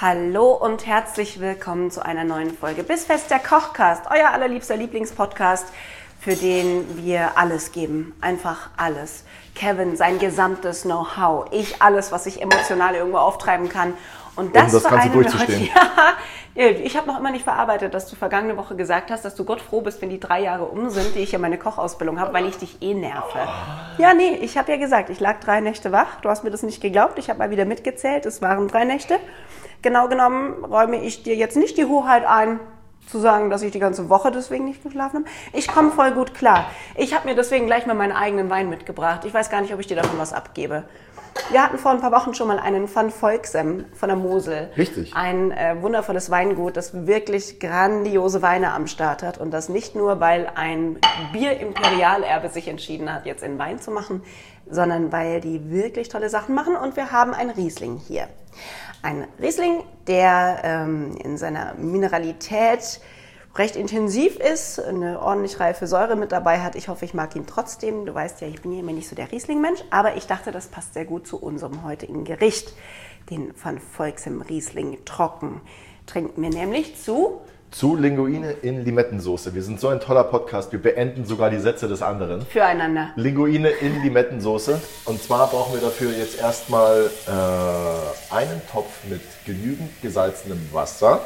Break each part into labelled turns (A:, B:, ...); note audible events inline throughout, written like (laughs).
A: Hallo und herzlich willkommen zu einer neuen Folge Bissfest der Kochcast, euer allerliebster Lieblingspodcast, für den wir alles geben, einfach alles. Kevin, sein gesamtes Know-how, ich alles, was ich emotional irgendwo auftreiben kann. Und das,
B: Um das
A: für
B: Ganze
A: einen
B: durchzustehen.
A: (laughs) Ja, ich habe noch immer nicht verarbeitet, dass du vergangene Woche gesagt hast, dass du Gott froh bist, wenn die drei Jahre um sind, die ich ja meine Kochausbildung habe, weil ich dich eh nerve.
B: Oh.
A: Ja, nee, ich habe ja gesagt, ich lag drei Nächte wach. Du hast mir das nicht geglaubt. Ich habe mal wieder mitgezählt. Es waren drei Nächte. Genau genommen räume ich dir jetzt nicht die Hoheit ein, zu sagen, dass ich die ganze Woche deswegen nicht geschlafen habe. Ich komme voll gut klar. Ich habe mir deswegen gleich mal meinen eigenen Wein mitgebracht. Ich weiß gar nicht, ob ich dir davon was abgebe. Wir hatten vor ein paar Wochen schon mal einen Van Volksem von der Mosel.
B: Richtig.
A: Ein äh, wundervolles Weingut, das wirklich grandiose Weine am Start hat. Und das nicht nur, weil ein Bier-Imperialerbe sich entschieden hat, jetzt in Wein zu machen, sondern weil die wirklich tolle Sachen machen. Und wir haben einen Riesling hier. Ein Riesling, der ähm, in seiner Mineralität recht intensiv ist, eine ordentlich reife Säure mit dabei hat. Ich hoffe, ich mag ihn trotzdem. Du weißt ja, ich bin ja immer nicht so der Riesling-Mensch, aber ich dachte, das passt sehr gut zu unserem heutigen Gericht. Den von Volksem Riesling trocken trinken wir nämlich zu.
B: Zu Linguine in Limettensoße. Wir sind so ein toller Podcast, wir beenden sogar die Sätze des anderen.
A: Füreinander.
B: Linguine in Limettensoße. Und zwar brauchen wir dafür jetzt erstmal äh, einen Topf mit genügend gesalzenem Wasser,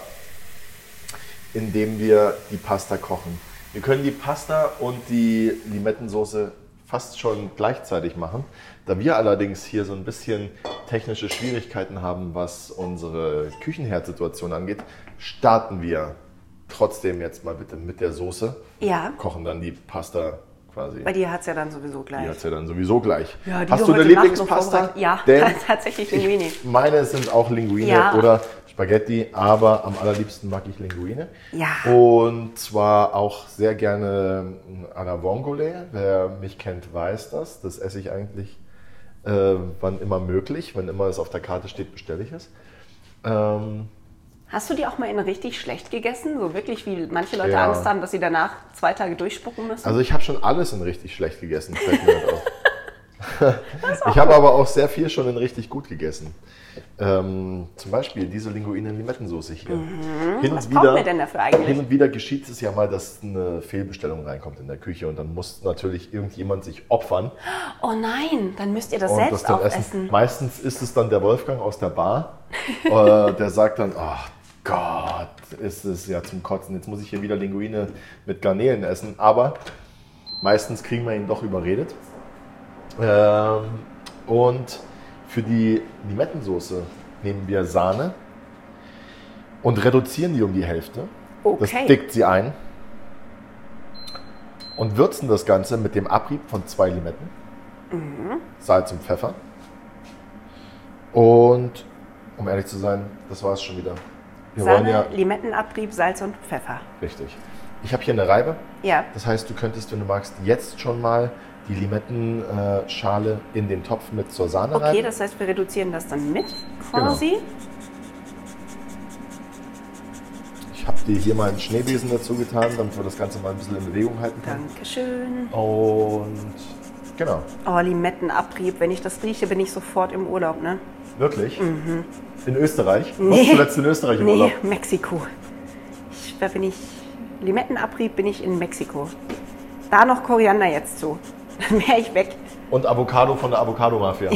B: in dem wir die Pasta kochen. Wir können die Pasta und die Limettensoße fast schon gleichzeitig machen. Da wir allerdings hier so ein bisschen technische Schwierigkeiten haben, was unsere Küchenherdsituation angeht, starten wir trotzdem jetzt mal bitte mit der Soße.
A: Ja.
B: Kochen dann die Pasta quasi.
A: Bei dir hat es ja dann sowieso
B: Die
A: gleich.
B: hat ja dann sowieso gleich.
A: Ja, die
B: Hast
A: wir
B: du eine
A: heute Nacht noch
B: Lieblingspasta?
A: vorbereitet- Ja,
B: Denn
A: (laughs) tatsächlich Linguine.
B: Ich meine, es sind auch Linguine
A: Ja.
B: oder Spaghetti, aber am allerliebsten mag ich Linguine.
A: Ja.
B: Und zwar auch sehr gerne hm, à la Vongole. Wer mich kennt, weiß das. Das esse ich eigentlich äh, wann immer möglich. Wann immer es auf der Karte steht, bestelle ich es. Ähm,
A: Hast du die auch mal in richtig schlecht gegessen? So wirklich, wie manche Leute
B: Ja.
A: Angst haben, dass sie danach zwei Tage durchspucken müssen?
B: Also ich habe schon alles in richtig schlecht gegessen, fällt
A: (laughs)
B: mir halt auf. (laughs) Ich habe aber auch sehr viel schon in richtig gut gegessen. Ähm, zum Beispiel diese Linguine Limettensoße hier. Hin und
A: Mhm. Was brauchen wir denn dafür eigentlich?
B: Hin und wieder geschieht es ja mal, dass eine Fehlbestellung reinkommt in der Küche und dann muss natürlich irgendjemand sich opfern
A: oh nein, dann müsst ihr das
B: und das
A: selbst
B: dann essen.
A: aufessen.
B: Meistens ist es dann der Wolfgang aus der Bar,
A: (laughs)
B: äh, der sagt dann, ach Gott, ist es ja zum Kotzen, jetzt muss ich hier wieder Linguine mit Garnelen essen. Aber meistens kriegen wir ihn doch überredet. Ähm, und für die Limettensoße nehmen wir Sahne und reduzieren die um die Hälfte.
A: Okay.
B: Das dickt sie ein. Und würzen das Ganze mit dem Abrieb von zwei Limetten,
A: Mhm.
B: Salz und Pfeffer. Und um ehrlich zu sein, das war es schon wieder. Wir wollen
A: Sahne,
B: ja
A: Limettenabrieb, Salz und Pfeffer.
B: richtig. Ich habe hier eine Reibe.
A: Ja.
B: Das heißt, du könntest, wenn du magst, jetzt schon mal die Limettenschale äh, in den Topf mit zur Sahne
A: Okay,
B: reiben.
A: das heißt, wir reduzieren das dann mit
B: Genau.
A: quasi.
B: Ich habe dir hier mal einen Schneebesen dazu getan, damit wir das Ganze mal ein bisschen in Bewegung halten können.
A: Dankeschön.
B: Und genau,
A: Oh, Limettenabrieb. Wenn ich das rieche, bin ich sofort im Urlaub, ne?
B: wirklich. In Österreich. Warst du zuletzt in Österreich im
A: Mhm. Nee,
B: Urlaub?
A: Mexiko. Ich, da bin ich. Limettenabrieb bin ich in Mexiko. Da noch Koriander jetzt zu. Dann wäre ich weg.
B: Und Avocado von der Avocado-Mafia.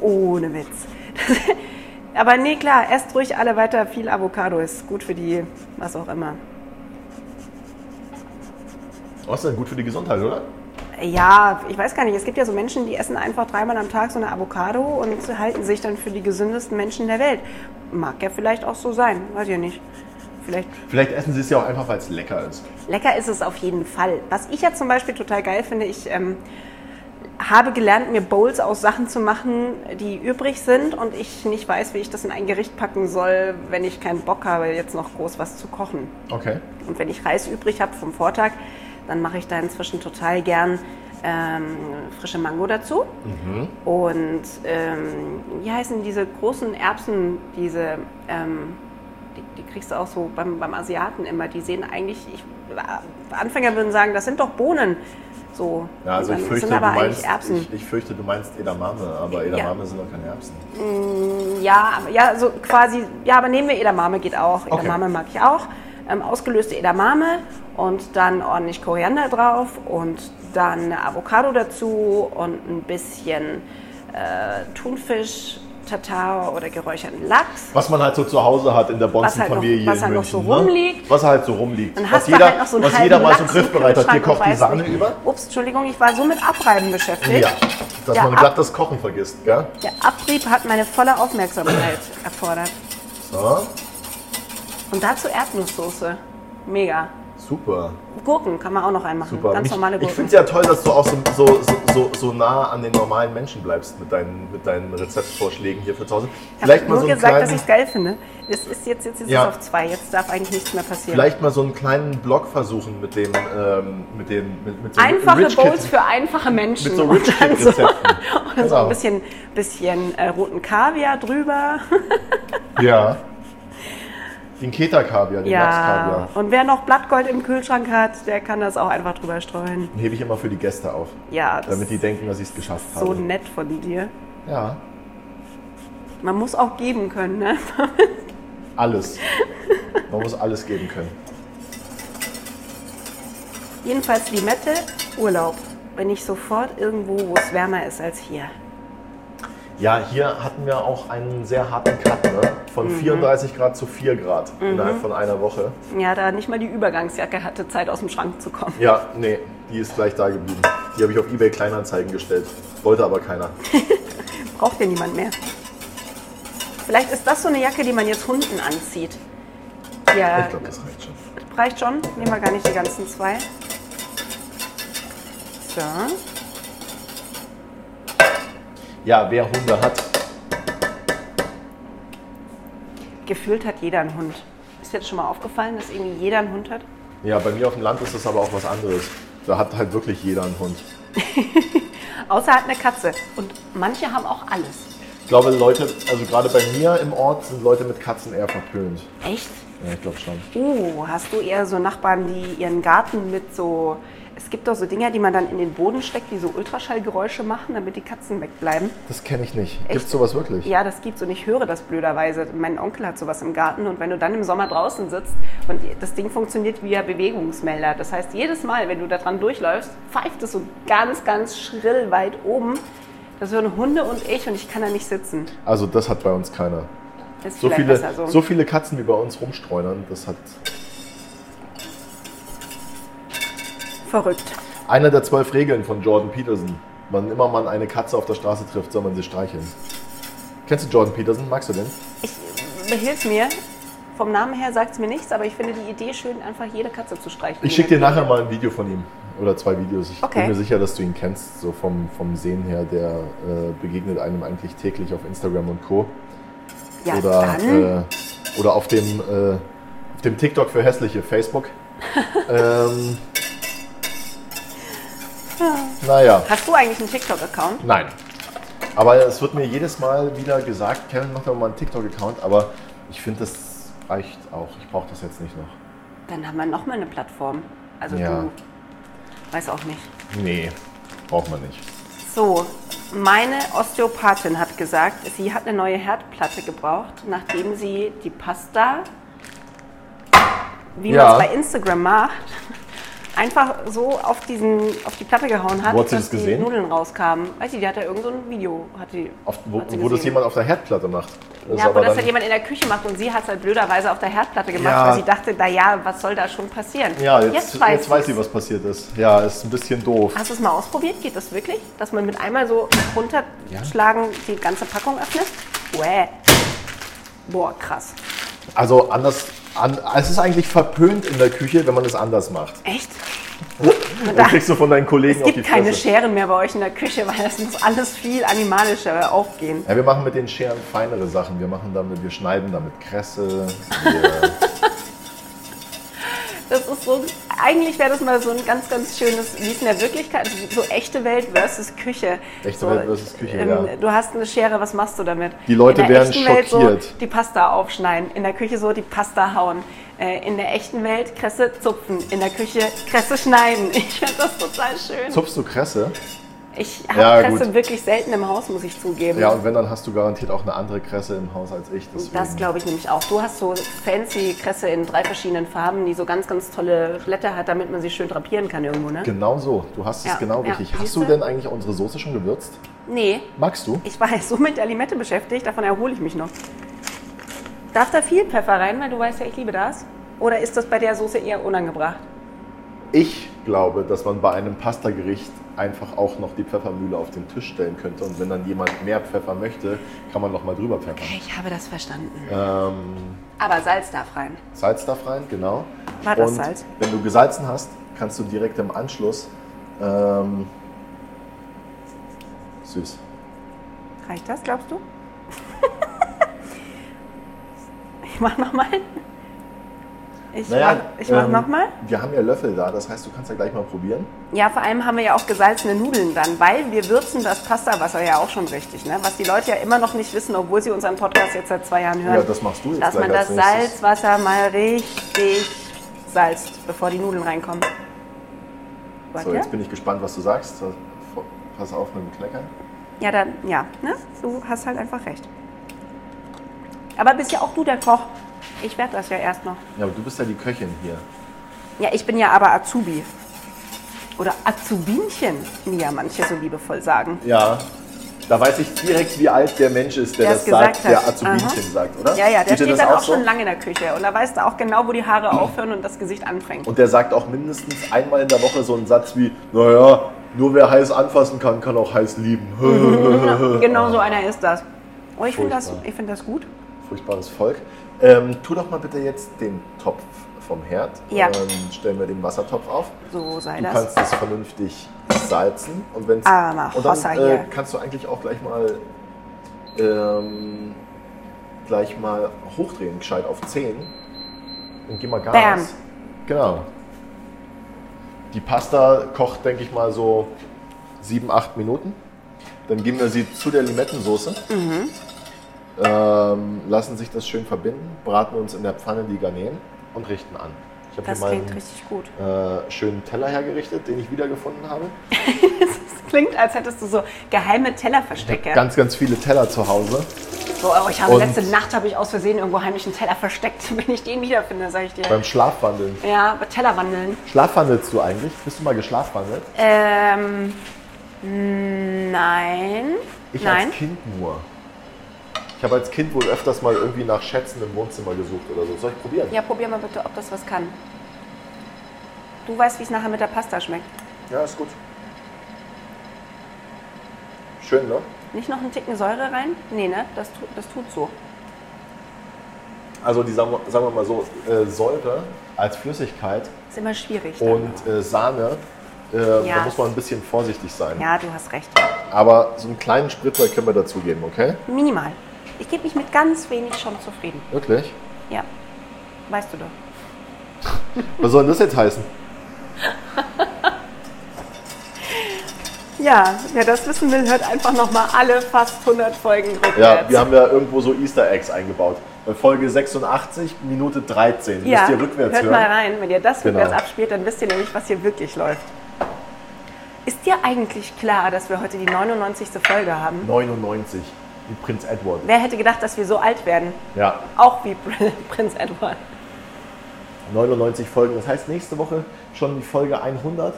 A: Ohne Witz. (laughs) Aber nee, klar, esst ruhig alle weiter. Viel Avocado ist gut für die, was auch immer.
B: Was ist denn gut für die Gesundheit, oder?
A: Ja, ich weiß gar nicht. Es gibt ja so Menschen, die essen einfach dreimal am Tag so eine Avocado und halten sich dann für die gesündesten Menschen der Welt. Mag ja vielleicht auch so sein, weiß ich nicht. Vielleicht
B: Vielleicht essen sie es ja auch einfach, weil es lecker ist.
A: lecker ist es auf jeden Fall. Was ich ja zum Beispiel total geil finde, ich ähm, habe gelernt, mir Bowls aus Sachen zu machen, die übrig sind und ich nicht weiß, wie ich das in ein Gericht packen soll, wenn ich keinen Bock habe, jetzt noch groß was zu kochen.
B: Okay.
A: Und wenn ich Reis übrig habe vom Vortag, dann mache ich da inzwischen total gern ähm, frische Mango dazu.
B: Mhm.
A: Und ähm, wie heißen diese großen Erbsen, diese, ähm, die, die kriegst du auch so beim, beim Asiaten immer. Die sehen eigentlich, ich, äh, Anfänger würden sagen, das sind doch Bohnen. So,
B: Ja, also
A: Und
B: ich
A: dann
B: fürchte,
A: sind
B: du
A: aber
B: meinst,
A: eigentlich Erbsen.
B: ich, ich fürchte, du meinst Edamame, aber Edamame sind doch keine Erbsen.
A: Ja, aber- ja, so quasi, ja, aber nehmen wir Edamame, geht auch.
B: Okay.
A: Edamame mag ich auch. Ähm, ausgelöste Edamame und dann ordentlich Koriander drauf und dann eine Avocado dazu und ein bisschen äh, Thunfisch, Tatar oder geräucherten Lachs.
B: Was man halt so zu Hause hat in der Bonzenfamilie
A: was
B: in
A: halt noch
B: München.
A: so rumliegt.
B: Ne? Was halt so rumliegt.
A: Dann
B: was
A: hast
B: jeder,
A: du halt noch so einen
B: was
A: halben
B: jeder mal
A: Lachs
B: zum
A: im
B: Griff bereit hat. Hier
A: Kühlschrank und
B: kocht die
A: weiß
B: Sahne
A: nicht.
B: über.
A: Ups, Entschuldigung, ich war so mit Abreiben beschäftigt.
B: Ja, dass
A: Ja,
B: man
A: ab-
B: glatt das Kochen vergisst, gell?
A: Der Abrieb hat meine volle Aufmerksamkeit erfordert.
B: So,
A: Und dazu Erdnusssoße. Mega.
B: super.
A: Gurken kann man auch noch einmachen.
B: super.
A: Ganz
B: Mich-
A: normale
B: ich
A: Gurken.
B: finde es ja toll, dass du auch so, so, so, so, so nah an den normalen Menschen bleibst mit deinen, mit deinen Rezeptvorschlägen hier für zu Hause.
A: Ich habe
B: Vielleicht mal
A: nur
B: so einen
A: gesagt, dass
B: kleinen,
A: ich es geil finde. Es ist jetzt, jetzt ist
B: Ja.
A: es auf zwei. Jetzt darf eigentlich nichts mehr passieren.
B: vielleicht mal so einen kleinen Blog versuchen mit dem, ähm, mit dem, mit, mit so einem
A: Einfache
B: Rich Kid-
A: Bowls für einfache Menschen. (laughs)
B: Mit so
A: Und
B: Rich
A: dann so,
B: Kid-Rezepten.
A: und so
B: Genau.
A: ein bisschen, bisschen äh, roten Kaviar drüber.
B: Ja. Den Keta-Kaviar, den
A: Ja.
B: Lachskaviar.
A: Und wer noch Blattgold im Kühlschrank hat, der kann das auch einfach drüber streuen.
B: Den hebe ich immer für die Gäste auf,
A: Ja, das
B: damit die denken, dass ich es geschafft
A: ist
B: habe.
A: so nett von dir.
B: Ja,
A: Man muss auch geben können, ne? (laughs)
B: alles. Man muss alles geben können.
A: Jedenfalls Limette, Urlaub. Bin ich sofort irgendwo, wo es wärmer ist als hier.
B: Ja, hier hatten wir auch einen sehr harten Cut, ne? Von
A: Mhm.
B: 34 Grad zu 4 Grad innerhalb von einer Woche.
A: Ja, da nicht mal die Übergangsjacke hatte Zeit, aus dem Schrank zu kommen.
B: Ja, nee, die ist gleich da geblieben. Die habe ich auf Ebay Kleinanzeigen gestellt. Wollte aber keiner.
A: braucht ja niemand mehr. Vielleicht ist das so eine Jacke, die man jetzt Hunden anzieht.
B: Ich
A: Ja,
B: glaube, das reicht schon.
A: reicht schon. Nehmen wir gar nicht die ganzen zwei. So.
B: Ja, wer Hunde hat,
A: Gefühlt hat jeder einen Hund. Ist jetzt schon mal aufgefallen, dass irgendwie jeder einen Hund hat?
B: ja, bei mir auf dem Land ist das aber auch was anderes. Da hat halt wirklich jeder einen Hund.
A: Außer hat eine Katze. Und manche haben auch alles.
B: Ich glaube, Leute, also gerade bei mir im Ort sind Leute mit Katzen eher verpönt.
A: Echt?
B: Ja, ich glaube schon.
A: Uh, hast du eher so Nachbarn, die ihren Garten mit so. Es gibt doch so Dinger, die man dann in den Boden steckt, die so Ultraschallgeräusche machen, damit die Katzen wegbleiben.
B: Das kenne ich nicht. Gibt's sowas wirklich?
A: Ja, das gibt's und ich höre das blöderweise. Mein Onkel hat sowas im Garten und wenn du dann im Sommer draußen sitzt und das Ding funktioniert via Bewegungsmelder. Das heißt, jedes Mal, wenn du da dran durchläufst, pfeift es so ganz, ganz schrill weit oben. Das hören Hunde und ich und ich kann da nicht sitzen.
B: Also das hat bei uns keiner.
A: Ist
B: So
A: vielleicht
B: viele,
A: besser so.
B: so viele Katzen wie bei uns rumstreunern, das hat
A: Verrückt.
B: Einer der zwölf Regeln von Jordan Peterson. Wann immer man eine Katze auf der Straße trifft, soll man sie streicheln. Kennst du Jordan Peterson? Magst du den?
A: Ich behilf mir. Vom Namen her sagt's mir nichts, aber ich finde die Idee schön, einfach jede Katze zu streichen.
B: Ich schicke dir nachher mal ein Video von ihm. Oder zwei Videos. Ich
A: Okay.
B: bin mir sicher, dass du ihn kennst, so vom, vom Sehen her. Der äh, begegnet einem eigentlich täglich auf Instagram und Co.
A: Ja,
B: oder,
A: dann.
B: äh, oder auf dem, äh, auf dem TikTok für hässliche
A: (laughs)
B: Facebook. ähm, naja.
A: Hast du eigentlich einen TikTok-Account?
B: Nein. Aber es wird mir jedes Mal wieder gesagt, Kevin, mach doch mal einen TikTok-Account, aber ich finde, das reicht auch. Ich brauche das jetzt nicht noch.
A: Dann haben wir nochmal eine Plattform. Also
B: Ja.
A: du. Weiß auch nicht.
B: Nee, braucht man nicht.
A: So, meine Osteopathin hat gesagt, sie hat eine neue Herdplatte gebraucht, nachdem sie die Pasta, wie
B: Ja.
A: man es bei Instagram macht, einfach so auf, diesen, auf die Platte gehauen hat,
B: Wo hat sie das
A: die
B: gesehen?
A: Nudeln rauskamen. Weiß ich, die hat da irgend so ein Video. Hat die,
B: Oft, wo
A: hat sie
B: wo das
A: gesehen.
B: jemand auf der Herdplatte macht. Das
A: Ja, wo das
B: dann-
A: halt jemand in der Küche macht und sie hat es halt blöderweise auf der Herdplatte gemacht,
B: Ja.
A: weil sie dachte, naja, was soll da schon passieren?
B: ja jetzt, jetzt, weiß sie,
A: sie's.
B: was passiert ist. Ja, ist ein bisschen doof.
A: Hast du es mal ausprobiert? Geht das wirklich? Dass man mit einmal so runterschlagen die ganze Packung öffnet? Uäh. Boah, krass. (laughs)
B: Also anders, an, es ist eigentlich verpönt in der Küche, wenn man es anders macht.
A: Echt?
B: Dann kriegst du von deinen Kollegen
A: Es
B: auf die
A: gibt keine
B: Fresse.
A: Scheren mehr bei euch in der Küche, weil das muss alles viel animalischer aufgehen.
B: Ja, wir machen mit den Scheren feinere Sachen. Wir machen damit, wir schneiden damit Kresse. Wir,
A: Das ist so, eigentlich wäre das mal so ein ganz, ganz schönes, wie es in der Wirklichkeit, also so echte Welt versus Küche.
B: Echte
A: so, ähm,
B: Welt versus Küche, ja.
A: Du hast eine Schere, was machst du damit?
B: Die Leute
A: in der
B: wären
A: echten Welt So
B: schockiert.
A: die Pasta aufschneiden, in der Küche so die Pasta hauen. äh, In der echten Welt Kresse zupfen, in der Küche Kresse schneiden. (laughs) Ich finde das total schön.
B: zupfst du Kresse?
A: Ich habe
B: Ja,
A: Kresse
B: gut.
A: wirklich selten im Haus, muss ich zugeben.
B: Ja, und wenn, dann hast du garantiert auch eine andere Kresse im Haus als ich. Deswegen.
A: Das glaube ich nämlich auch. Du hast so fancy Kresse in drei verschiedenen Farben, die so ganz, ganz tolle Blätter hat, damit man sie schön drapieren kann irgendwo, ne?
B: Genau so. Du hast es
A: Ja,
B: genau
A: ja.
B: richtig.
A: Siehst
B: Hast du
A: du?
B: denn eigentlich unsere Soße schon gewürzt?
A: nee,
B: Magst du?
A: ich war jetzt so mit der Limette beschäftigt, davon erhole ich mich noch. Darf da viel Pfeffer rein, weil du weißt ja, ich liebe das? Oder ist das bei der Soße eher unangebracht?
B: Ich glaube, dass man bei einem Pastagericht einfach auch noch die Pfeffermühle auf den Tisch stellen könnte. Und wenn dann jemand mehr Pfeffer möchte, kann man noch mal drüber pfeffern.
A: Ich habe das verstanden.
B: Ähm,
A: Aber Salz darf rein.
B: Salz darf rein, genau.
A: War das
B: Und
A: Salz?
B: Wenn du gesalzen hast, kannst du direkt im Anschluss. Ähm, süß.
A: Reicht das, glaubst du? (laughs) ich mach nochmal. Ich mach, ich mach
B: ähm,
A: nochmal.
B: Wir haben ja Löffel da, das heißt, du kannst ja gleich mal probieren.
A: Ja, vor allem haben wir ja auch gesalzene Nudeln dann, weil wir würzen das Pastawasser ja auch schon richtig, ne? Was die Leute ja immer noch nicht wissen, obwohl sie unseren Podcast jetzt seit zwei Jahren hören.
B: Ja, das machst du jetzt
A: Dass
B: gleich
A: man
B: als
A: das
B: nächstes.
A: Salzwasser mal richtig salzt, bevor die Nudeln reinkommen.
B: So,
A: Warte.
B: jetzt bin ich gespannt, was du sagst. So, Pass auf mit dem Kleckern.
A: ja, dann, ja, ne? Du hast halt einfach recht. Aber bist ja auch du der Koch. Ich werde das ja erst noch.
B: Ja, aber du bist ja die Köchin hier.
A: Ja, ich bin ja aber Azubi. Oder Azubinchen, wie ja manche so liebevoll sagen.
B: Ja. Da weiß ich direkt, wie alt der Mensch ist, der,
A: Der
B: das
A: es gesagt
B: sagt, der
A: hat.
B: Azubinchen
A: Aha.
B: sagt, oder?
A: Ja, ja, der
B: Sieht ihr
A: steht
B: das
A: dann auch,
B: so? Hm.
A: schon lange in der Küche und da weißt du auch genau, wo die Haare aufhören und das Gesicht anfängt.
B: Und der sagt auch mindestens einmal in der Woche so einen Satz wie, naja, nur wer heiß anfassen kann, kann auch heiß lieben. (laughs)
A: genau so einer ist das. Oh, ich finde das,
B: Äh, Furchtbar.
A: ich find das gut.
B: Furchtbares Volk. Ähm, tu doch mal bitte jetzt den Topf vom Herd.
A: Ja.
B: Ähm, stellen wir den Wassertopf auf.
A: So sei
B: Du
A: das.
B: kannst es vernünftig salzen. Und, wenn's,
A: Armer
B: und dann
A: Hosser
B: äh,
A: hier.
B: kannst du eigentlich auch gleich mal, ähm, gleich mal hochdrehen, gescheit auf 10. Und geh mal Gas.
A: Bam.
B: Genau. Die Pasta kocht, denke ich mal, so 7, 8 Minuten. Dann geben wir sie zu der Limettensoße.
A: Mhm.
B: Ähm, lassen sich das schön verbinden, braten uns in der Pfanne die Garnelen und richten an. Ich habe hier
A: Das
B: mal
A: klingt
B: einen,
A: richtig gut.
B: äh, schönen Teller hergerichtet, den ich wiedergefunden habe.
A: Das klingt, als hättest du so geheime
B: Ich habe
A: Tellerverstecke.
B: ganz, ganz viele Teller zu Hause.
A: So, oh, ich habe
B: Und-
A: letzte Nacht habe ich aus Versehen irgendwo heimlich einen Teller versteckt. (laughs) Wenn ich den wiederfinde, sage ich dir.
B: Beim Schlafwandeln.
A: Ja, bei Tellerwandeln.
B: Schlafwandelst du eigentlich? Bist du mal geschlafwandelt?
A: Ähm, nein.
B: Ich
A: nein.
B: als Kind nur. Ich habe als Kind wohl öfters mal irgendwie nach Schätzen im Wohnzimmer gesucht oder so. Soll ich probieren?
A: Ja, probier mal bitte, ob das was kann. Du weißt, wie es nachher mit der Pasta schmeckt.
B: Ja, ist gut. Schön, ne?
A: Nicht noch einen Ticken Säure rein? Nee, ne? Das, tu, das tut so.
B: Also die, sagen wir sagen wir mal so, äh, Säure als Flüssigkeit
A: Ist immer schwierig. dann.
B: und äh, Sahne, äh,
A: Ja.
B: da muss man ein bisschen vorsichtig sein.
A: Ja, du hast recht.
B: Aber so einen kleinen Spritzer können wir dazugeben, okay?
A: Minimal. Ich gebe mich mit ganz wenig schon zufrieden.
B: Wirklich?
A: Ja. Weißt du doch.
B: Was soll denn das jetzt heißen?
A: Ja, wer das wissen will, hört einfach nochmal alle fast 100 Folgen
B: Ja,
A: rückwärts.
B: wir haben da irgendwo so Easter Eggs eingebaut. Bei Folge 86, Minute 13.
A: Ja,
B: Müsst ihr rückwärts
A: hört
B: hören.
A: mal rein. Wenn ihr das
B: Genau.
A: rückwärts abspielt, dann wisst ihr nämlich, was hier wirklich läuft. Ist dir eigentlich klar, dass wir heute die 99. Folge haben?
B: 99, wie Prinz Edward.
A: Wer hätte gedacht, dass wir so alt werden?
B: Ja,
A: Auch wie Pr- (laughs) Prinz Edward.
B: 99 Folgen. Das heißt, nächste Woche schon die Folge 100.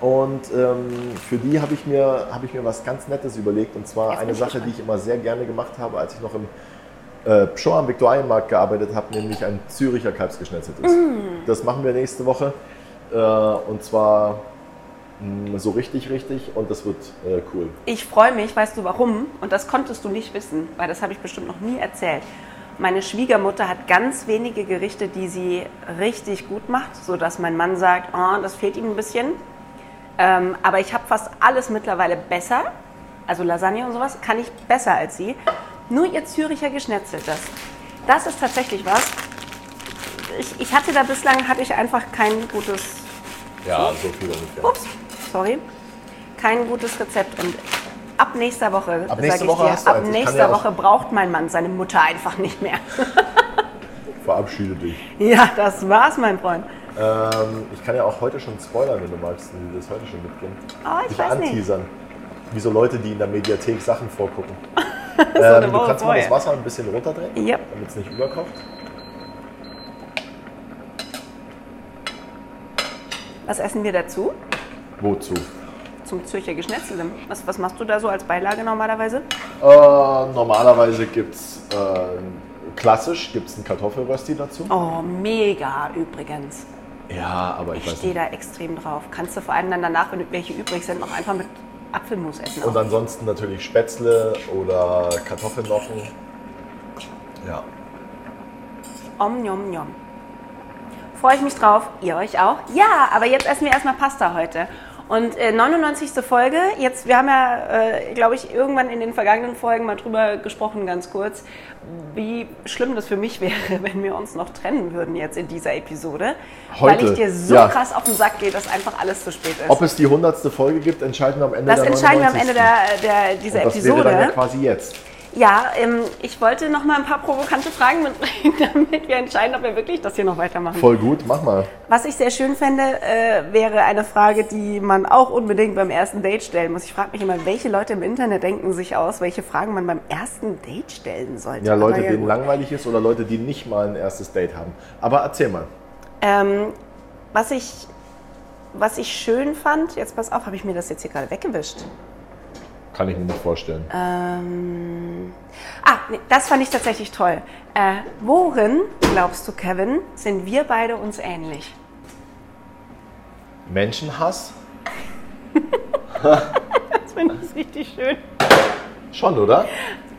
B: Und ähm, für die habe ich, mir- habe ich mir was ganz Nettes überlegt. Und zwar
A: Jetzt bin
B: eine
A: ich
B: Sache, die
A: gespannt.
B: ich immer sehr gerne gemacht habe, als ich noch im äh, Pschorr am Viktualienmarkt gearbeitet habe, nämlich ein Züricher Kalbsgeschnetzeltes.
A: Mhm.
B: Das machen wir nächste Woche. Äh, und zwar mh, so richtig, richtig. Und das wird äh, cool.
A: Ich freue mich, weißt du warum? Und das konntest du nicht wissen, weil das habe ich bestimmt noch nie erzählt. Meine Schwiegermutter hat ganz wenige Gerichte, die sie richtig gut macht, sodass mein Mann sagt, oh, das fehlt ihm ein bisschen. Ähm, aber ich habe fast alles mittlerweile besser. Also Lasagne und sowas kann ich besser als sie. Nur ihr Züricher Geschnetzeltes. Das ist tatsächlich was. Ich, ich hatte da bislang, hatte ich einfach kein gutes
B: Ja, so viel ungefähr.
A: Ups, sorry. Kein gutes Rezept. Und ab nächster Woche,
B: Ab nächster
A: sag
B: Woche
A: ich dir,
B: hast du
A: ab
B: eins. Ich kann
A: nächster
B: ja auch-
A: Woche braucht mein Mann seine Mutter einfach nicht mehr. (laughs)
B: Verabschiede dich.
A: ja, das war's, mein Freund.
B: Ähm, ich kann ja auch heute schon spoilern, wenn du magst, wie wir das heute schon mitbringen.
A: Oh, ich
B: Dich
A: weiß nicht.
B: anteasern. Wie so Leute, die in der Mediathek Sachen vorgucken.
A: (laughs) eine
B: ähm, du
A: Woche
B: kannst mal das
A: vorher.
B: Wasser ein bisschen runterdrehen,
A: Yep.
B: damit es nicht überkocht.
A: Was essen wir dazu?
B: Wozu?
A: Zum Zürcher Geschnetzeltem. Was, was machst du da so als Beilage normalerweise?
B: Äh, normalerweise gibt es klassisch gibt's einen Kartoffelrösti dazu.
A: Oh, mega übrigens.
B: Ja, aber ich,
A: Ich
B: weiß
A: stehe
B: nicht.
A: da extrem drauf. Kannst du vor allem dann danach, wenn welche übrig sind, auch einfach mit Apfelmus essen.
B: Und ansonsten natürlich Spätzle oder Kartoffelnocken. Ja.
A: Om nom nom. Freue ich mich drauf. Ihr euch auch? Ja, aber jetzt essen wir erstmal Pasta heute. Und äh, 99. Folge, jetzt, wir haben ja, äh, glaube ich, irgendwann in den vergangenen Folgen mal drüber gesprochen, ganz kurz, wie schlimm das für mich (laughs) wäre, wenn wir uns noch trennen würden jetzt in dieser Episode. Weil
B: Heute,
A: ich dir so
B: ja.
A: krass auf den Sack gehe, dass einfach alles zu spät ist.
B: Ob es die hundertste Folge gibt, entscheiden wir am Ende
A: das
B: der
A: entscheiden wir am
B: 99..
A: Ende der, der, dieser
B: Und das
A: Episode.
B: wäre dann ja quasi jetzt.
A: Ja, ähm, ich wollte noch mal ein paar provokante Fragen mitbringen, (laughs) damit wir entscheiden, ob wir wirklich das hier noch weitermachen.
B: Voll gut, mach mal.
A: Was ich sehr schön fände, äh, wäre eine Frage, die man auch unbedingt beim ersten Date stellen muss. Ich frage mich immer, welche Leute im Internet denken sich aus, welche Fragen man beim ersten Date stellen sollte.
B: Ja,
A: Aber
B: Leute, denen
A: gut.
B: langweilig ist oder Leute, die nicht mal ein erstes Date haben. Aber erzähl mal.
A: Ähm, was, ich, was ich schön fand, jetzt pass auf, habe ich mir das jetzt hier gerade weggewischt?
B: Kann ich mir nicht vorstellen.
A: Ähm, ah, nee, das fand ich tatsächlich toll. Äh, worin, glaubst du, Kevin, sind wir beide uns ähnlich?
B: Menschenhass?
A: Das finde ich richtig schön.
B: Schon, oder?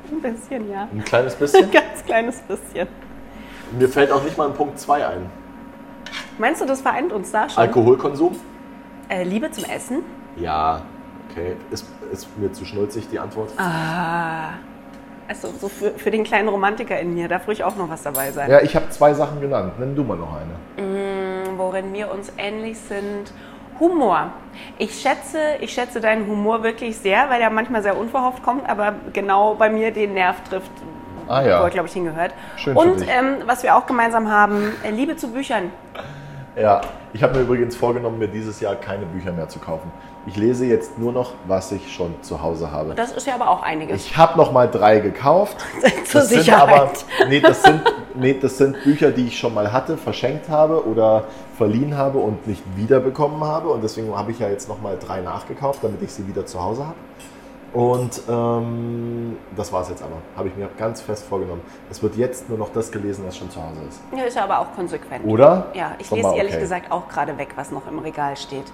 A: Ein bisschen, ja.
B: Ein kleines bisschen.
A: Ein ganz kleines bisschen.
B: (laughs) Mir fällt auch nicht mal ein Punkt 2 ein.
A: Meinst du, das vereint uns da schon?
B: Alkoholkonsum?
A: Äh, Liebe zum Essen?
B: Ja. Okay, ist, ist mir zu schnulzig die Antwort.
A: Also so für, für den kleinen Romantiker in mir, darf ruhig auch noch was dabei sein.
B: Ja, ich habe zwei Sachen genannt. Nimm du mal noch eine.
A: Worin wir uns ähnlich sind. Humor. Ich schätze, ich schätze deinen Humor wirklich sehr, weil er manchmal sehr unverhofft kommt, aber genau bei mir den Nerv trifft,
B: Ah ja.
A: wo er, glaube ich, hingehört.
B: Schön für
A: Und
B: dich.
A: ähm, was wir auch gemeinsam haben, äh, Liebe zu Büchern.
B: Ja, ich habe mir übrigens vorgenommen, mir dieses Jahr keine Bücher mehr zu kaufen. Ich lese jetzt nur noch, was ich schon zu Hause habe.
A: Das ist ja aber auch einiges.
B: Ich habe noch mal drei gekauft.
A: (laughs) Zur
B: sind
A: Sicherheit.
B: aber- nee, das sind, nee, das sind Bücher, die ich schon mal hatte, verschenkt habe oder verliehen habe und nicht wiederbekommen habe. Und deswegen habe ich ja jetzt noch mal drei nachgekauft, damit ich sie wieder zu Hause habe. Und ähm, das war es jetzt aber. Habe ich mir ganz fest vorgenommen. Es wird jetzt nur noch das gelesen, was schon zu Hause ist.
A: Ja, ist ja aber auch konsequent.
B: Oder?
A: Ja, ich
B: Schon
A: lese
B: mal
A: ehrlich
B: okay.
A: gesagt auch gerade weg, was noch im Regal steht.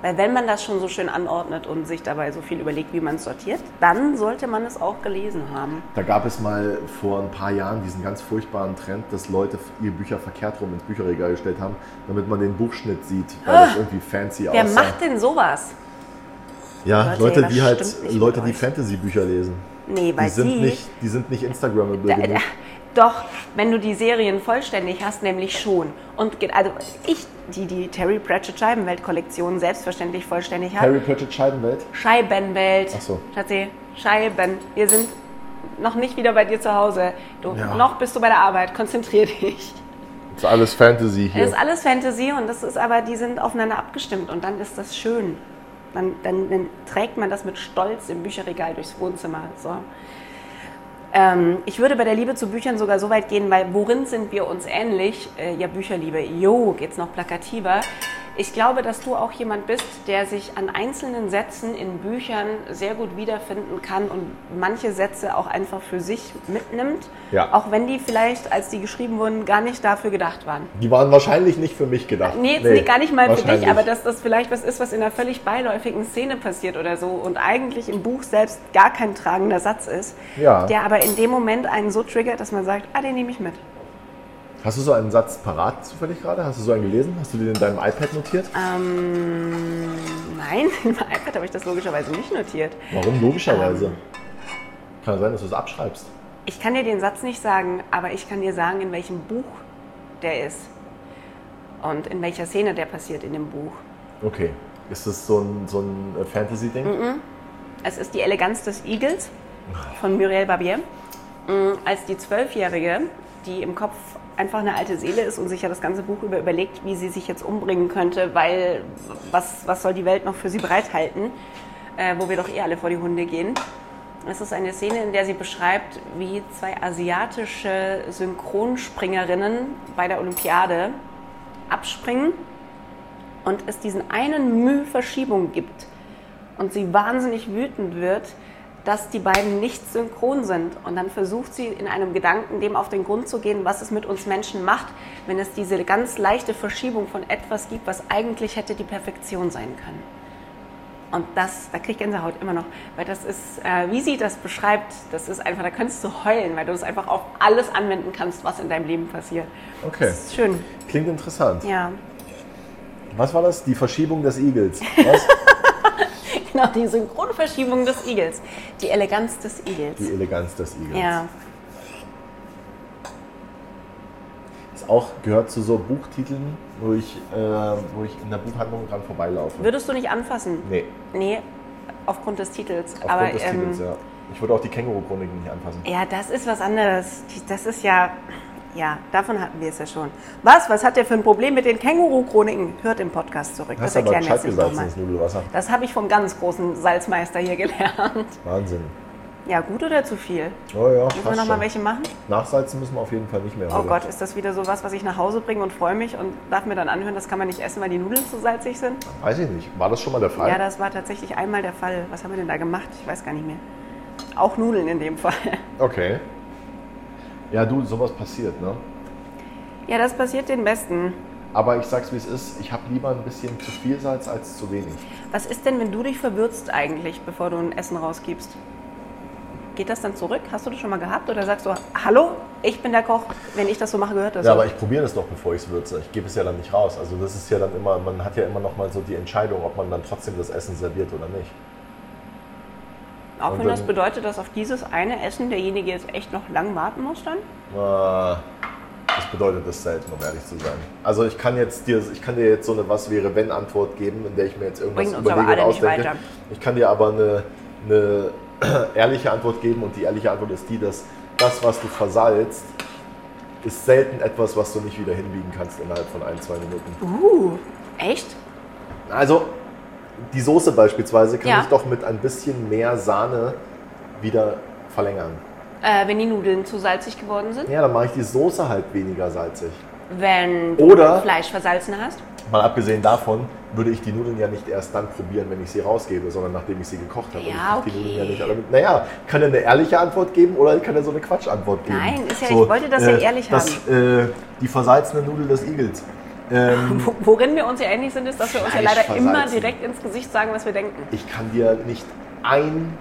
A: Weil wenn man das schon so schön anordnet und sich dabei so viel überlegt, wie man es sortiert, dann sollte man es auch gelesen haben.
B: Da gab es mal vor ein paar Jahren diesen ganz furchtbaren Trend, dass Leute ihre Bücher verkehrt rum ins Bücherregal gestellt haben, damit man den Buchschnitt sieht, weil das irgendwie fancy
A: Ah, Wer
B: aussah.
A: macht denn sowas?
B: Ja,
A: Leute,
B: Leute,
A: das
B: die
A: stimmt
B: halt
A: nicht
B: Leute,
A: mit
B: die
A: euch.
B: Fantasy-Bücher lesen.
A: Nee, weil
B: die sind
A: die-
B: nicht, die sind nicht Instagrammable
A: Da, da,
B: genug.
A: (laughs) doch, wenn du die Serien vollständig hast, nämlich schon. Und ge- also ich, die die Terry Pratchett Scheibenwelt-Kollektion selbstverständlich vollständig habe.
B: Harry Pratchett Scheibenwelt.
A: Scheibenwelt.
B: Ach so.
A: Schatzi, Scheiben. Wir sind noch nicht wieder bei dir zu Hause. Du,
B: Ja.
A: Noch bist du bei der Arbeit. Konzentrier dich.
B: Ist alles Fantasy
A: Das ist alles Fantasy und das ist aber, die sind aufeinander abgestimmt und dann ist das schön. Dann, dann, dann trägt man das mit Stolz im Bücherregal durchs Wohnzimmer. So. Ähm, ich würde bei der Liebe zu Büchern sogar so weit gehen, weil worin sind wir uns ähnlich? Äh, ja, Bücherliebe. Jo, geht's noch plakativer. Ich glaube, dass du auch jemand bist, der sich an einzelnen Sätzen in Büchern sehr gut wiederfinden kann und manche Sätze auch einfach für sich mitnimmt.
B: Ja.
A: Auch wenn die vielleicht, als die geschrieben wurden, gar nicht dafür gedacht waren.
B: Die waren wahrscheinlich nicht für mich gedacht.
A: Nee, jetzt nee, gar nicht mal für dich,
B: wahrscheinlich.
A: aber dass das vielleicht was ist, was in einer völlig beiläufigen Szene passiert oder so und eigentlich im Buch selbst gar kein tragender Satz ist,
B: Ja.
A: der aber in dem Moment einen so triggert, dass man sagt, ah, den nehme ich mit.
B: Hast du so einen Satz parat zufällig gerade? Hast du so einen gelesen? Hast du den in deinem iPad notiert?
A: Ähm, nein, (laughs) im iPad habe ich das logischerweise nicht notiert.
B: Warum
A: Ähm.
B: logischerweise? Kann ja sein, dass du es abschreibst.
A: Ich kann dir den Satz nicht sagen, aber ich kann dir sagen, in welchem Buch der ist und in welcher Szene der passiert in dem Buch.
B: Okay. Ist das so ein, so ein äh, Fantasy-Ding?
A: Mhm. Es ist die Eleganz des Igels von Muriel Barbier, Mm, als die Zwölfjährige, die im Kopf einfach eine alte Seele ist und sich ja das ganze Buch über überlegt, wie sie sich jetzt umbringen könnte, weil was, was soll die Welt noch für sie bereithalten, äh, wo wir doch eh alle vor die Hunde gehen. Es ist eine Szene, in der sie beschreibt, wie zwei asiatische Synchronspringerinnen bei der Olympiade abspringen und es diesen einen Müh Verschiebung gibt und sie wahnsinnig wütend wird, dass die beiden nicht synchron sind. Und dann versucht sie in einem Gedanken dem auf den Grund zu gehen, was es mit uns Menschen macht, wenn es diese ganz leichte Verschiebung von etwas gibt, was eigentlich hätte die Perfektion sein können. Und das, da kriege ich Gänsehaut immer noch, weil das ist, äh, wie sie das beschreibt, das ist einfach, da kannst du heulen, weil du das einfach auf alles anwenden kannst, was in deinem Leben passiert.
B: Okay.
A: Das ist schön,
B: Klingt interessant.
A: ja. (laughs)
B: Was war das? Die Verschiebung des Igels. Was?
A: Genau, die Synchronverschiebung des Igels. Die Eleganz des Igels.
B: Die Eleganz des Igels.
A: Ja,
B: Ist auch gehört zu so Buchtiteln, wo ich, äh, wo ich in der Buchhandlung dran vorbeilaufe.
A: würdest du nicht anfassen?
B: nee,
A: Nee, aufgrund des Titels.
B: aufgrund
A: Aber
B: des
A: ähm,
B: Titels, ja. Ich würde auch die Känguru-Chroniken nicht anfassen.
A: ja, das ist was anderes. Die- Das ist ja, ja, davon hatten wir es ja schon. Was? Was hat der für ein Problem mit den Känguru-Chroniken? Hört im Podcast zurück. das
B: Hast aber
A: erklären wir jetzt
B: gescheit
A: nicht
B: gesalzen,
A: nochmal.
B: das Nudelwasser.
A: Das habe ich vom ganz großen Salzmeister hier gelernt.
B: Wahnsinn.
A: Ja, gut oder zu viel?
B: Oh ja,
A: Müssen wir
B: passt
A: nochmal
B: schon.
A: welche machen?
B: Nachsalzen müssen wir auf jeden Fall nicht mehr.
A: Oh
B: heute.
A: Gott, ist das wieder sowas, was ich nach Hause bringe und freue mich und darf mir dann anhören, das kann man nicht essen, weil die Nudeln zu salzig sind?
B: Weiß ich nicht. War das schon mal der Fall?
A: Ja, das war tatsächlich einmal der Fall. Was haben wir denn da gemacht? Ich weiß gar nicht mehr. Auch Nudeln in dem Fall.
B: okay. Ja, du, sowas passiert, ne?
A: Ja, das passiert den Besten.
B: Aber ich sag's wie es ist, ich habe lieber ein bisschen zu viel Salz als zu wenig.
A: Was ist denn, wenn du dich verwürzt eigentlich, bevor du ein Essen rausgibst? Geht das dann zurück? Hast du das schon mal gehabt? Oder sagst du, hallo, ich bin der Koch, wenn ich das so mache, gehört das
B: Ja,
A: so?
B: aber ich probiere das doch, bevor ich es würze. Ich gebe es ja dann nicht raus. Also das ist ja dann immer, man hat ja immer noch mal so die Entscheidung, ob man dann trotzdem das Essen serviert oder nicht.
A: Auch
B: und
A: wenn das
B: dann-
A: bedeutet, dass auf dieses eine Essen derjenige jetzt echt noch lang warten muss dann?
B: Äh, Das bedeutet das selten, um ehrlich zu sein. Also ich kann jetzt dir, ich kann dir jetzt so eine Was wäre wenn Antwort geben, in der ich mir jetzt irgendwas
A: Bringt uns
B: überlege
A: aber
B: und
A: alle nicht
B: ausdenke.
A: weiter.
B: Ich kann dir aber eine, eine (clears throat) ehrliche Antwort geben und die ehrliche Antwort ist die, dass das, was du versalzt, ist selten etwas, was du nicht wieder hinbiegen kannst innerhalb von ein, zwei Minuten.
A: Uh, echt?
B: Also die Soße beispielsweise kann
A: Ja.
B: ich doch mit ein bisschen mehr Sahne wieder verlängern.
A: Äh, wenn die Nudeln zu salzig geworden sind?
B: Ja, dann mache ich die Soße halt weniger salzig.
A: Wenn du
B: Oder
A: Fleisch versalzen hast?
B: Mal abgesehen davon würde ich die Nudeln ja nicht erst dann probieren, wenn ich sie rausgebe, sondern nachdem ich sie gekocht habe.
A: Ja,
B: ich mach die
A: okay.
B: Nudeln ja nicht alle mit. Naja, kann er eine ehrliche Antwort geben oder kann er so eine Quatschantwort geben?
A: Nein, ist ja- ich wollte das ja ehrlich
B: das, Äh, die versalzene Nudel des Igels. Ähm,
A: Wo- Worin wir uns ja ähnlich sind, ist, dass wir uns ja
B: Fleisch
A: leider immer
B: versalzen.
A: direkt ins Gesicht sagen, was wir denken.
B: ich kann dir nicht ein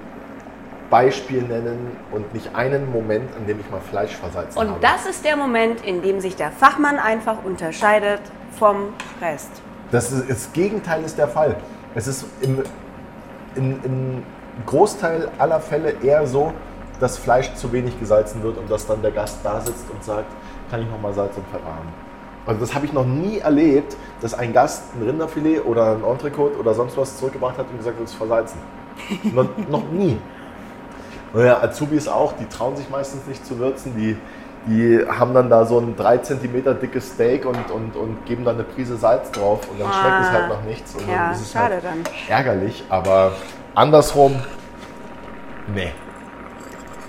B: Beispiel nennen und nicht einen Moment, in dem ich mal Fleisch versalzen habe.
A: Und das ist der Moment, in dem sich der Fachmann einfach unterscheidet vom Rest.
B: Das, ist, das Gegenteil ist der Fall. Es ist im, in, im Großteil aller Fälle eher so, dass Fleisch zu wenig gesalzen wird und dass dann der Gast da sitzt und sagt, kann ich nochmal Salz und Pfeffer haben. Also das habe ich noch nie erlebt, dass ein Gast ein Rinderfilet oder ein Entrecote oder sonst was zurückgebracht hat und gesagt hat, das
A: (laughs)
B: ist versalzen. noch, noch nie. Naja, Azubis auch, die trauen sich meistens nicht zu würzen. Die, die haben dann da so ein 3 cm dickes Steak und, und, und geben dann eine Prise Salz drauf und dann schmeckt es
A: Ah.
B: halt nach nichts. Und
A: Ja,
B: dann ist es
A: schade
B: halt
A: dann.
B: Ärgerlich, aber andersrum, nee.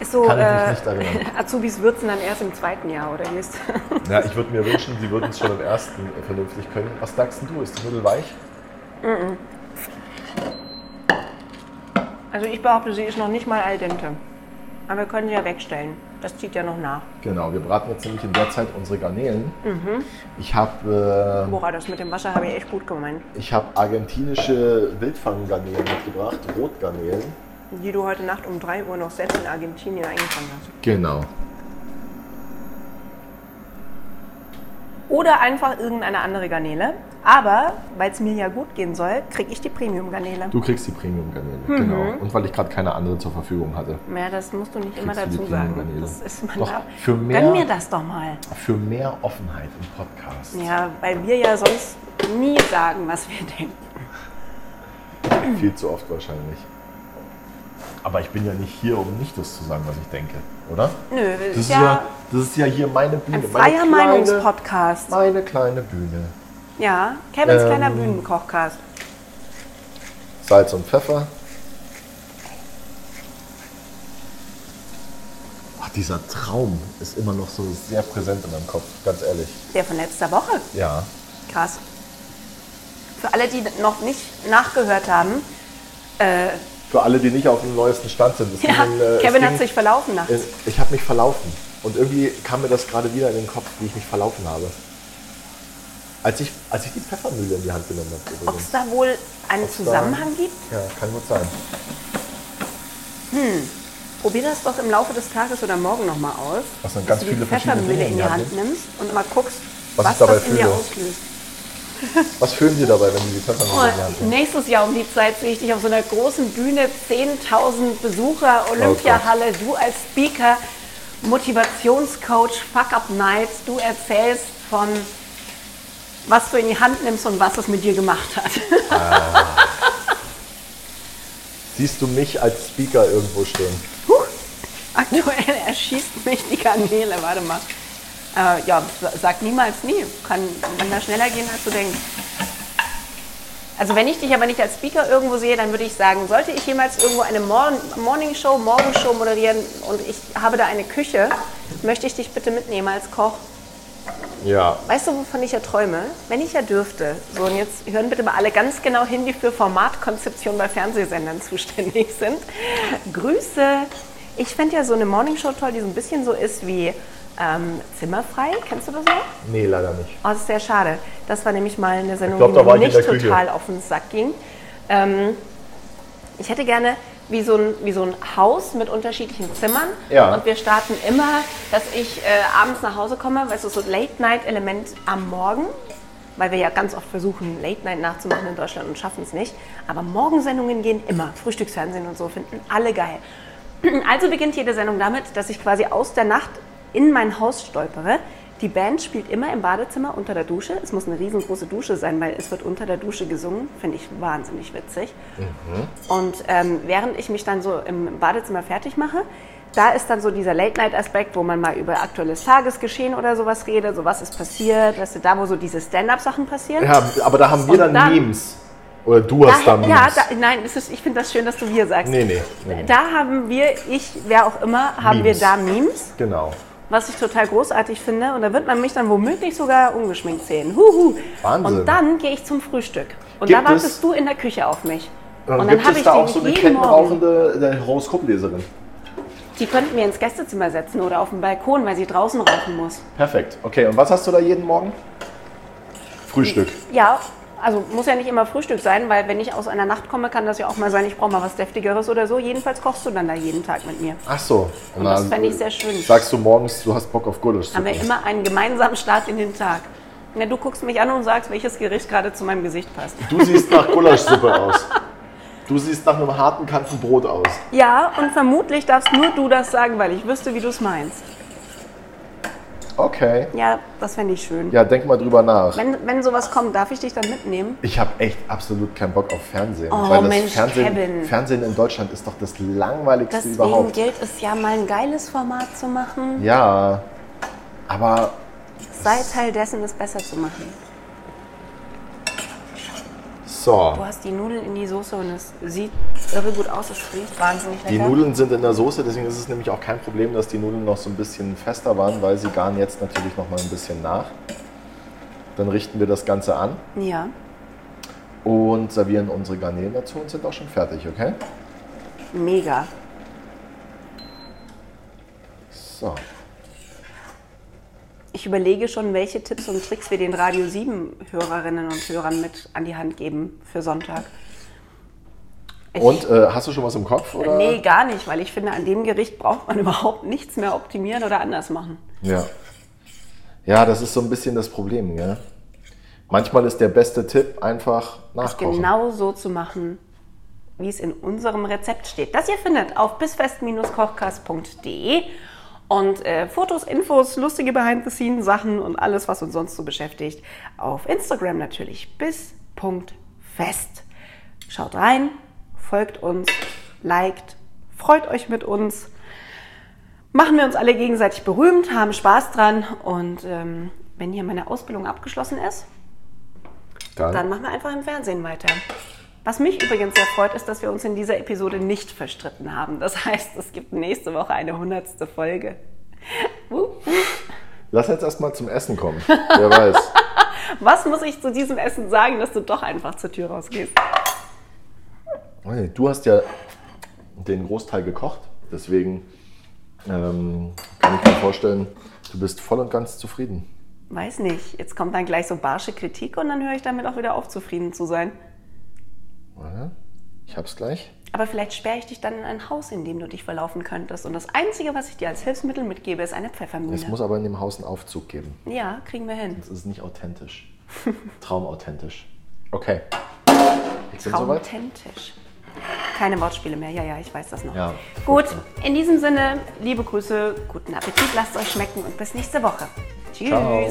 A: Ist so,
B: Kann ich mich
A: äh,
B: nicht erinnern.
A: (laughs) Azubis würzen dann erst im zweiten Jahr, oder wie ist (laughs)
B: Ja, ich würde mir wünschen, sie würden es schon im ersten vernünftig können. Was sagst denn du? Ist die Nudel weich?
A: Also ich behaupte, sie ist noch nicht mal al dente. Aber wir können sie ja wegstellen. Das zieht ja noch nach.
B: Genau, wir braten jetzt nämlich in der Zeit unsere Garnelen. Ich habe äh,
A: Boah, das mit dem Wasser habe ich echt gut gemeint.
B: ich hab argentinische Wildfanggarnelen mitgebracht, Rotgarnelen.
A: Die du heute Nacht um 3 Uhr noch selbst in Argentinien eingefangen hast.
B: Genau.
A: Oder einfach irgendeine andere Garnele. Aber, weil es mir ja gut gehen soll, kriege ich die Premium-Garnele.
B: Du kriegst die Premium-Garnele, genau. Und weil ich gerade keine andere zur Verfügung hatte.
A: Ja, das musst du nicht immer
B: Kriegst du
A: dazu
B: die
A: sagen.
B: Premium-Garnele.
A: Das ist man
B: Doch,
A: darf-
B: für mehr-
A: Gönn mir das doch mal.
B: Für mehr Offenheit im Podcast.
A: Ja, weil wir ja sonst nie sagen, was wir denken.
B: Viel zu oft wahrscheinlich. Aber ich bin ja nicht hier, um nicht das zu sagen, was ich denke, oder?
A: Nö,
B: Das
A: ist
B: ist
A: ja,
B: ja, das ist ja hier meine Bühne.
A: ein
B: meine
A: freier
B: kleine-
A: Meinungspodcast.
B: Meine kleine Bühne.
A: Ja, Kevins
B: Ähm.
A: kleiner Bühnenkochcast.
B: Salz und Pfeffer. Ach, dieser Traum ist immer noch so sehr präsent in meinem Kopf, ganz ehrlich.
A: Der von letzter Woche.
B: Ja.
A: Krass. Für alle, die noch nicht nachgehört haben,
B: Für alle, die nicht auf dem neuesten Stand sind. es
A: ja,
B: ging, äh, es
A: Kevin
B: ging-
A: hat sich verlaufen nachts.
B: äh, Ich habe mich verlaufen. Und irgendwie kam mir das gerade wieder in den Kopf, wie ich mich verlaufen habe. Als ich, als ich die Pfeffermühle in die Hand genommen habe.
A: Ob
B: übrigens.
A: es da wohl einen
B: da-
A: Zusammenhang gibt?
B: Ja, kann gut sein.
A: Probier das doch im Laufe des Tages oder morgen nochmal aus.
B: Was dann
A: dass
B: ganz
A: du die
B: viele verschiedene
A: Pfeffermühle
B: Dinge
A: in die Hand nimmst und mal guckst, was,
B: Was ich dabei
A: das in dir
B: fühle.
A: auslöst.
B: Was fühlen Sie dabei, wenn Sie die Pfeffermühle in die Hand
A: Und
B: nehmen?
A: nächstes Jahr um die Zeit sehe ich dich auf so einer großen Bühne, 10.000 Besucher, Olympiahalle, du als Speaker, Motivationscoach, Fuck-Up-Nights, du erzählst von, was du in die Hand nimmst und was es mit dir gemacht hat.
B: Siehst du mich als Speaker irgendwo stehen?
A: Huch, aktuell (laughs) erschießt mich die Kanäle, warte mal. Äh, ja, sa- sag niemals nie, kann manchmal schneller gehen, als du denkst. Also wenn ich dich aber nicht als Speaker irgendwo sehe, dann würde ich sagen, sollte ich jemals irgendwo eine Mor Morning Show, Morgenshow moderieren und ich habe da eine Küche, möchte ich dich bitte mitnehmen als Koch.
B: Ja,
A: Weißt du, wovon ich ja träume? Wenn ich ja dürfte. So, und jetzt hören bitte mal alle ganz genau hin, die für Formatkonzeption bei Fernsehsendern zuständig (laughs) sind. Grüße. Ich fände ja so eine Morningshow toll, die so ein bisschen so ist wie ähm, Zimmerfrei. Kennst du das noch?
B: nee, leider nicht.
A: Oh, das ist sehr schade. Das war nämlich mal eine Sendung,
B: Ich glaub, da
A: die
B: war
A: mir
B: ich in
A: nicht
B: der Küche.
A: total auf den Sack ging. Ähm, ich hätte gerne wie so, ein, wie so ein Haus mit unterschiedlichen Zimmern.
B: Ja.
A: Und wir starten immer, dass ich äh, abends nach Hause komme, weil es ist so ein Late-Night-Element am Morgen. Weil wir ja ganz oft versuchen, Late-Night nachzumachen in Deutschland und schaffen es nicht. Aber Morgensendungen gehen immer. Frühstücksfernsehen und so finden alle geil. (clears throat) Also beginnt jede Sendung damit, dass ich quasi aus der Nacht in mein Haus stolpere. Die Band spielt immer im Badezimmer unter der Dusche. Es muss eine riesengroße Dusche sein, weil es wird unter der Dusche gesungen. Finde ich wahnsinnig witzig.
B: Mhm.
A: Und ähm, während ich mich dann so im Badezimmer fertig mache, da ist dann so dieser Late-Night-Aspekt, wo man mal über aktuelles Tagesgeschehen oder sowas redet, so was ist passiert, weißt du, da wo so diese Stand-Up-Sachen passieren.
B: Ja, aber da haben wir
A: Und
B: dann,
A: dann-
B: Memes. Oder du hast da,
A: Da-
B: Memes.
A: ja, da, nein, es ist, ich finde das schön, dass du wir sagst.
B: nee, nee, nee, nee.
A: Da haben wir, ich, wer auch immer, haben
B: Memes.
A: wir da Memes,
B: Genau.
A: was ich total großartig finde. Und da wird man mich dann womöglich sogar ungeschminkt sehen. Huhu.
B: Wahnsinn.
A: Und dann gehe ich zum Frühstück. Und
B: Gibt
A: da wartest
B: es-
A: du in der Küche auf mich.
B: Und,
A: dann
B: dann
A: hab
B: gibt es da
A: die
B: auch so eine
A: jeden Morgen.
B: kettenrauchende äh, Horoskopleserin.
A: Die könnten wir ins Gästezimmer setzen oder auf den Balkon, weil sie draußen rauchen muss.
B: Perfekt. Okay, und was hast du da jeden Morgen? Frühstück.
A: Ja, also muss ja nicht immer Frühstück sein, weil wenn ich aus einer Nacht komme, kann das ja auch mal sein, ich brauche mal was Deftigeres oder so. Jedenfalls kochst du dann da jeden Tag mit mir.
B: Ach so. Und
A: das
B: dann
A: fände ich sehr schön.
B: Sagst du morgens, du hast Bock auf Gulasch?
A: Haben wir immer einen gemeinsamen Start in den Tag. Na, du guckst mich an und sagst, welches Gericht gerade zu meinem Gesicht passt.
B: Du siehst nach Gulaschsuppe aus. Du siehst nach einem harten Kantenbrot aus.
A: Ja, und vermutlich darfst nur du das sagen, weil ich wüsste, wie du es meinst.
B: Okay.
A: Ja, das fände ich schön.
B: Ja, denk mal drüber nach.
A: Wenn, wenn sowas kommt, darf ich dich dann mitnehmen?
B: Ich habe echt absolut keinen Bock auf Fernsehen.
A: Oh,
B: weil das
A: Mensch,
B: Fernsehen,
A: Kevin.
B: Fernsehen in Deutschland ist doch das langweiligste
A: Deswegen
B: überhaupt.
A: gilt es ja mal ein geiles Format zu machen.
B: Ja, aber
A: Sei Teil dessen, es besser zu machen.
B: So,
A: Du hast die Nudeln in die Soße und es sieht irre gut aus, es riecht wahnsinnig lecker.
B: die Nudeln sind in der Soße, deswegen ist es nämlich auch kein Problem, dass die Nudeln noch so ein bisschen fester waren, weil sie garen jetzt natürlich noch mal ein bisschen nach. Dann richten wir das Ganze an
A: Ja,
B: und servieren unsere Garnelen dazu und sind auch schon fertig, okay?
A: mega.
B: So,
A: Ich überlege schon, welche Tipps und Tricks wir den Radio 7 Hörerinnen und Hörern mit an die Hand geben für Sonntag. Ich,
B: und äh, hast du schon was im Kopf? Oder?
A: Nee, gar nicht, weil ich finde, an dem Gericht braucht man (laughs) überhaupt nichts mehr optimieren oder anders machen.
B: Ja. Ja, das ist so ein bisschen das Problem, gell? Manchmal ist der beste Tipp einfach nachkochen.
A: Genau so zu machen, wie es in unserem Rezept steht. Das ihr findet auf bisfest-kochkast.de und äh, Fotos, Infos, lustige Behind-the-Scenes-Sachen und alles, was uns sonst so beschäftigt, auf Instagram natürlich bis.fest. Schaut rein, folgt uns, liked, freut euch mit uns. Machen wir uns alle gegenseitig berühmt, haben Spaß dran und ähm, wenn hier meine Ausbildung abgeschlossen ist,
B: Dann,
A: dann machen wir einfach im Fernsehen weiter. Was mich übrigens sehr freut, ist, dass wir uns in dieser Episode nicht verstritten haben. Das heißt, es gibt nächste Woche eine hundertste Folge. Uh,
B: Lass jetzt erstmal zum Essen kommen. (laughs) Wer weiß.
A: Was muss ich zu diesem Essen sagen, dass du doch einfach zur Tür rausgehst?
B: Hey, Du hast ja den Großteil gekocht, deswegen ähm, kann ich mir vorstellen, du bist voll und ganz zufrieden.
A: Weiß nicht. Jetzt kommt dann gleich so barsche Kritik und dann höre ich damit auch wieder auf, zufrieden zu sein.
B: Warte, Ich hab's gleich.
A: Aber vielleicht sperre ich dich dann in ein Haus, in dem du dich verlaufen könntest. Und das Einzige, was ich dir als Hilfsmittel mitgebe, ist eine
B: Es
A: Pfeffermühle.
B: muss aber in dem Haus einen Aufzug geben.
A: Ja, kriegen wir hin.
B: Das ist nicht
A: (laughs)
B: authentisch. Traumauthentisch. Okay. Ich bin soweit.
A: Authentisch. Keine Wortspiele mehr, ja, ja, ich weiß das noch.
B: Ja.
A: Gut, in diesem Sinne, liebe Grüße, guten Appetit, lasst euch schmecken und bis nächste Woche. Tschüss.
B: Ciao.